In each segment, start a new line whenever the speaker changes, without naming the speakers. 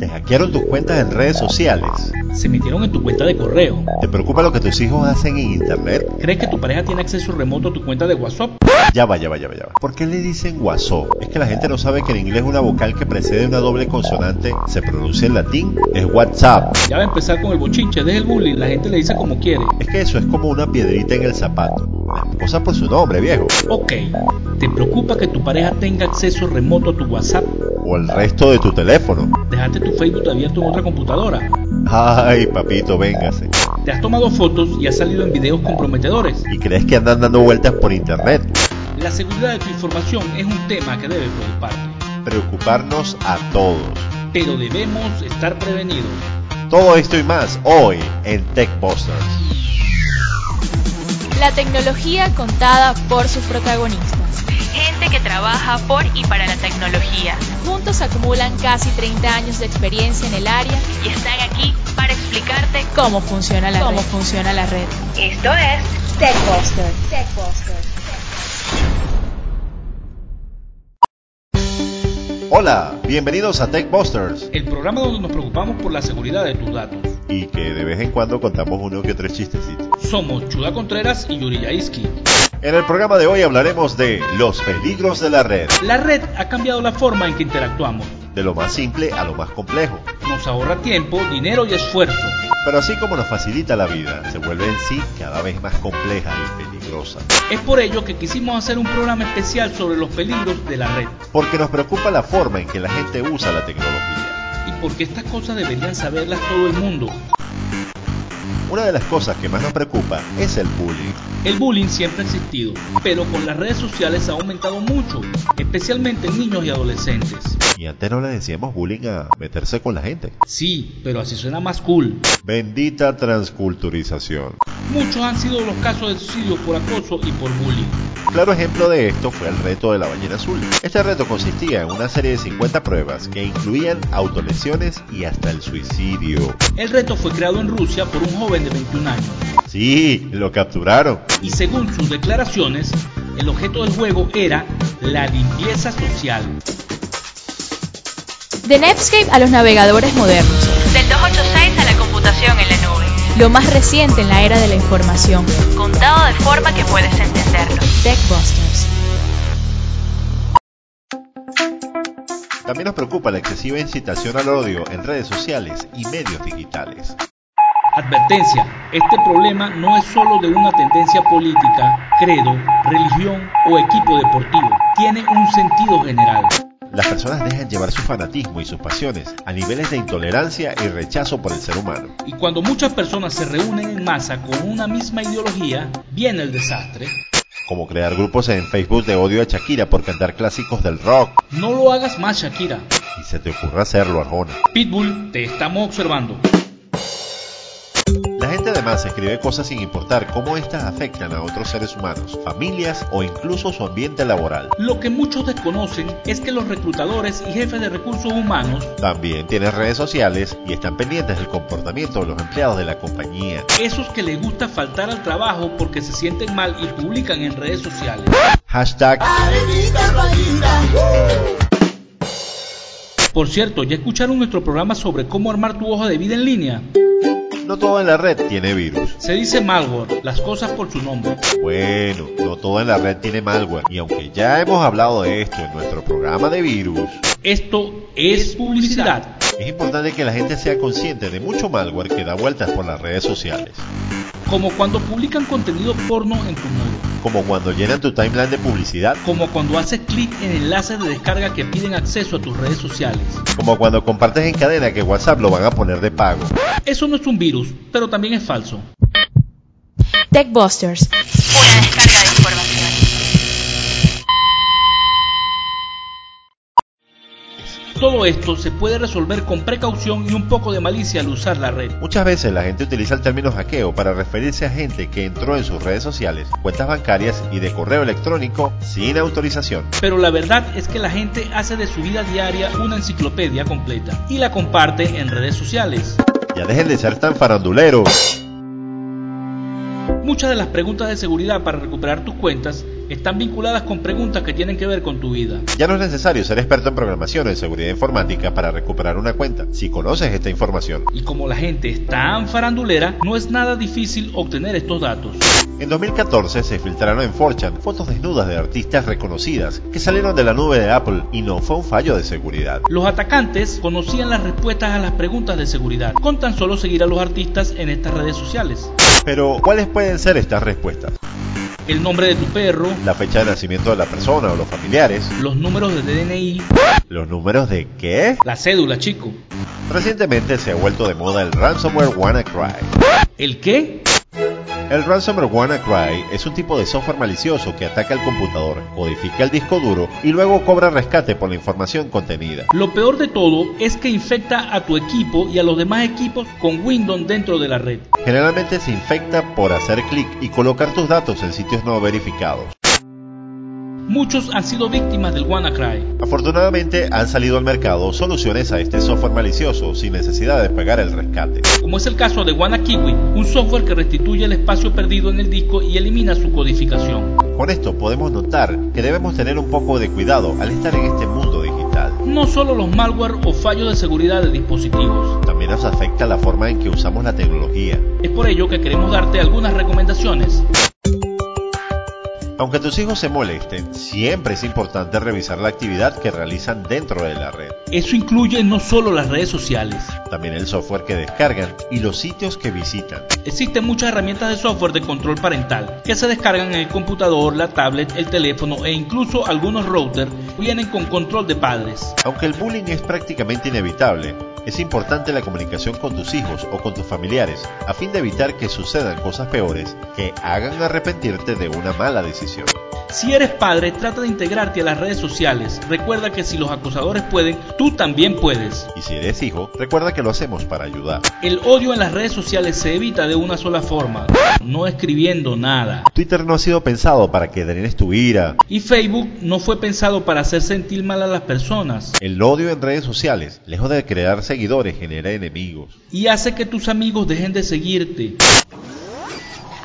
Te hackearon tus cuentas en redes sociales.
Se metieron en tu cuenta de correo.
¿Te preocupa lo que tus hijos hacen en internet?
¿Crees que tu pareja tiene acceso remoto a tu cuenta de WhatsApp?
Ya va, ya va, ya va, ya va. ¿Por qué le dicen guasó? Es que la gente no sabe que en inglés una vocal que precede una doble consonante se pronuncia en latín. Es WhatsApp.
Ya va a empezar con el bochinche, deja el bullying, la gente le dice como quiere.
Es que eso es como una piedrita en el zapato. Las cosas por su nombre, viejo.
Ok, ¿te preocupa que tu pareja tenga acceso remoto a tu WhatsApp?
O el resto de tu teléfono.
¿Dejaste tu Facebook abierto en otra computadora?
Ay, papito, véngase.
¿Te has tomado fotos y has salido en videos comprometedores?
¿Y crees que andan dando vueltas por internet?
La seguridad de tu información es un tema que debe preocuparte,
Preocuparnos a todos.
pero debemos estar prevenidos.
Todo esto y más hoy en TechBusters.
La tecnología contada por sus protagonistas. Gente que trabaja por y para la tecnología. Juntos acumulan casi 30 años de experiencia en el área y están aquí para explicarte cómo funciona la red. funciona la red.
Esto es TechBusters. TechBusters.
Hola, bienvenidos a TechBusters.
El programa donde nos preocupamos por la seguridad de tus datos.
Y que de vez en cuando contamos uno que tres chistecitos.
Somos Chuda Contreras y Yuri Yaisky.
En el programa de hoy hablaremos de los peligros de la red,
La red ha cambiado la forma en que interactuamos.
de lo más simple a lo más complejo.
Nos ahorra tiempo, dinero y esfuerzo.
Pero así como nos facilita la vida, se vuelve en sí cada vez más compleja y peligrosa.
Es por ello que quisimos hacer un programa especial sobre los peligros de la red
Porque nos preocupa la forma en que la gente usa la tecnología.
y por qué estas cosas deberían saberlas todo el mundo.
Una de las cosas que más nos preocupa es el bullying.
El bullying siempre ha existido, pero con las redes sociales ha aumentado mucho, especialmente en niños y adolescentes.
Y antes no le decíamos bullying a meterse con la gente.
Sí, pero así suena más cool.
Bendita transculturización.
Muchos han sido los casos de suicidio por acoso y por bullying.
Claro ejemplo de esto fue el reto de la ballena azul. Este reto consistía en una serie de 50 pruebas que incluían autolesiones y hasta el suicidio.
El reto fue creado en Rusia por un joven de 21 años
Sí, lo capturaron.
y según sus declaraciones, el objeto del juego era la limpieza social.
De Netscape a los navegadores modernos.
Del 286 a la computación en la nube.
Lo más reciente en la era de la información.
Contado de forma que puedes entenderlo.
Techbusters.
También nos preocupa la excesiva incitación al odio en redes sociales y medios digitales.
Advertencia, este problema no es solo de una tendencia política, credo, religión o equipo deportivo, tiene un sentido general.
Las personas dejan llevar su fanatismo y sus pasiones a niveles de intolerancia y rechazo por el ser humano.
Y cuando muchas personas se reúnen en masa con una misma ideología, viene el desastre.
Como crear grupos en Facebook de odio a Shakira por cantar clásicos del rock.
No lo hagas más, Shakira.
Y se te ocurra hacerlo, Arjona.
Pitbull, te estamos observando.
La gente además escribe cosas sin importar cómo éstas afectan a otros seres humanos, familias o incluso su ambiente laboral.
Lo que muchos desconocen es que los reclutadores y jefes de recursos humanos,
También tienen redes sociales y están pendientes del comportamiento de los empleados de la compañía.
esos que les gusta faltar al trabajo porque se sienten mal y publican en redes sociales.
Hashtag
Por cierto, ¿ya escucharon nuestro programa sobre cómo armar tu hoja de vida en línea?
No todo en la red tiene virus.
Se dice malware, las cosas por su nombre.
Bueno, no todo en la red tiene malware. Y aunque ya hemos hablado de esto en nuestro programa de virus,
Esto es publicidad.
es importante que la gente sea consciente de mucho malware que da vueltas por las redes sociales.
Como cuando publican contenido porno en tu muro.
Como cuando llenan tu timeline de publicidad.
Como cuando haces clic en enlaces de descarga que piden acceso a tus redes sociales.
Como cuando compartes en cadena que WhatsApp lo van a poner de pago.
Eso no es un virus, pero también es falso.
Techbusters.
Una descarga de información.
Todo esto se puede resolver con precaución y un poco de malicia al usar la red.
Muchas veces la gente utiliza el término hackeo para referirse a gente que entró en sus redes sociales, cuentas bancarias y de correo electrónico sin autorización.
Pero la verdad es que la gente hace de su vida diaria una enciclopedia completa y la comparte en redes sociales.
Ya dejen de ser tan faranduleros.
Muchas de las preguntas de seguridad para recuperar tus cuentas están vinculadas con preguntas que tienen que ver con tu vida.
Ya no es necesario ser experto en programación o en seguridad informática para recuperar una cuenta, si conoces esta información.
Y como la gente es tan farandulera, no es nada difícil obtener estos datos.
En 2014 se filtraron en 4chan fotos desnudas de artistas reconocidas que salieron de la nube de Apple y no fue un fallo de seguridad.
Los atacantes conocían las respuestas a las preguntas de seguridad, con tan solo seguir a los artistas en estas redes sociales.
Pero, ¿cuáles pueden ser estas respuestas?
El nombre de tu perro,
La fecha de nacimiento de la persona o los familiares,
los números de DNI,
los números de qué.
la cédula, chico.
Recientemente se ha vuelto de moda el ransomware WannaCry.
¿El qué?
El ransomware WannaCry es un tipo de software malicioso que ataca el computador, codifica el disco duro y luego cobra rescate por la información contenida.
Lo peor de todo es que infecta a tu equipo y a los demás equipos con Windows dentro de la red.
Generalmente se infecta por hacer clic y colocar tus datos en sitios no verificados.
Muchos han sido víctimas del WannaCry.
Afortunadamente han salido al mercado soluciones a este software malicioso sin necesidad de pagar el rescate.
como es el caso de WannaKiwi, un software que restituye el espacio perdido en el disco y elimina su codificación.
Con esto podemos notar que debemos tener un poco de cuidado al estar en este mundo digital.
No solo los malware o fallos de seguridad de dispositivos.
También nos afecta la forma en que usamos la tecnología.
Es por ello que queremos darte algunas recomendaciones.
Aunque tus hijos se molesten, siempre es importante revisar la actividad que realizan dentro de la red,
Eso incluye no solo las redes sociales.
también el software que descargan y los sitios que visitan.
Existen muchas herramientas de software de control parental que se descargan en el computador, la tablet, el teléfono e incluso algunos routers vienen con control de padres.
Aunque el bullying es prácticamente inevitable, es importante la comunicación con tus hijos o con tus familiares a fin de evitar que sucedan cosas peores que hagan arrepentirte de una mala decisión.
Si eres padre, trata de integrarte a las redes sociales. Recuerda que si los acosadores pueden, tú también puedes.
Y si eres hijo, recuerda que lo hacemos para ayudar.
El odio en las redes sociales se evita de una sola forma, no escribiendo nada.
Twitter no ha sido pensado para que drenes tu ira,
Y Facebook no fue pensado para hacer sentir mal a las personas
el odio en redes sociales, lejos de crear seguidores, genera enemigos.
y hace que tus amigos dejen de seguirte.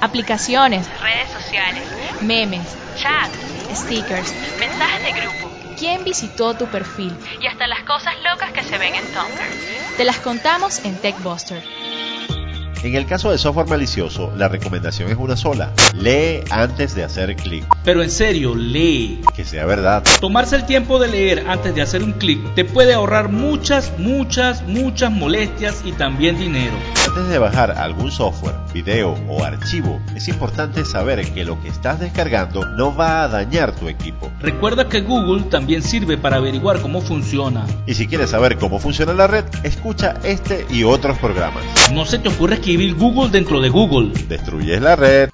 Aplicaciones,
Redes sociales,
memes,
chat,
stickers.
mensajes de grupo
¿Quién visitó tu perfil?
y hasta las cosas locas que se ven en Tumblr.
Te las contamos en TechBuster.
En el caso de software malicioso, la recomendación es una sola. Lee antes de hacer clic.
Pero en serio, lee.
Que sea verdad.
Tomarse el tiempo de leer antes de hacer un clic te puede ahorrar muchas, muchas, muchas molestias y también dinero.
Antes de bajar algún software, video o archivo, es importante saber que lo que estás descargando no va a dañar tu equipo.
Recuerda que Google también sirve para averiguar cómo funciona.
Y si quieres saber cómo funciona la red, escucha este y otros programas.
No se te ocurre escribir Google dentro de Google.
Destruyes la red.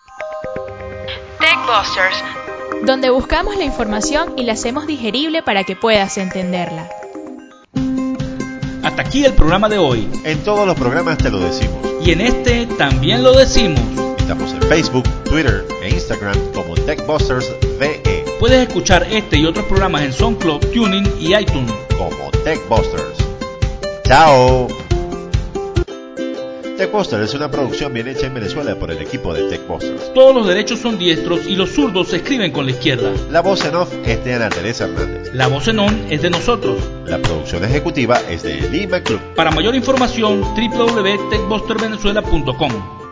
Techbusters,
donde buscamos la información y la hacemos digerible para que puedas entenderla.
Hasta aquí el programa de hoy.
En todos los programas te lo decimos.
Y en este también lo decimos.
Estamos en Facebook, Twitter e Instagram como TechBusters E, VE,
Puedes escuchar este y otros programas en SoundCloud, Tuning y iTunes.
como TechBusters. ¡Chao! TechBusters es una producción bien hecha en Venezuela por el equipo de TechBusters.
Todos los derechos son diestros y los zurdos se escriben con la izquierda.
La voz en off es de Ana Teresa Hernández.
La voz en on es de nosotros.
La producción ejecutiva es de Lee McClure.
Para mayor información, www.techbustervenezuela.com.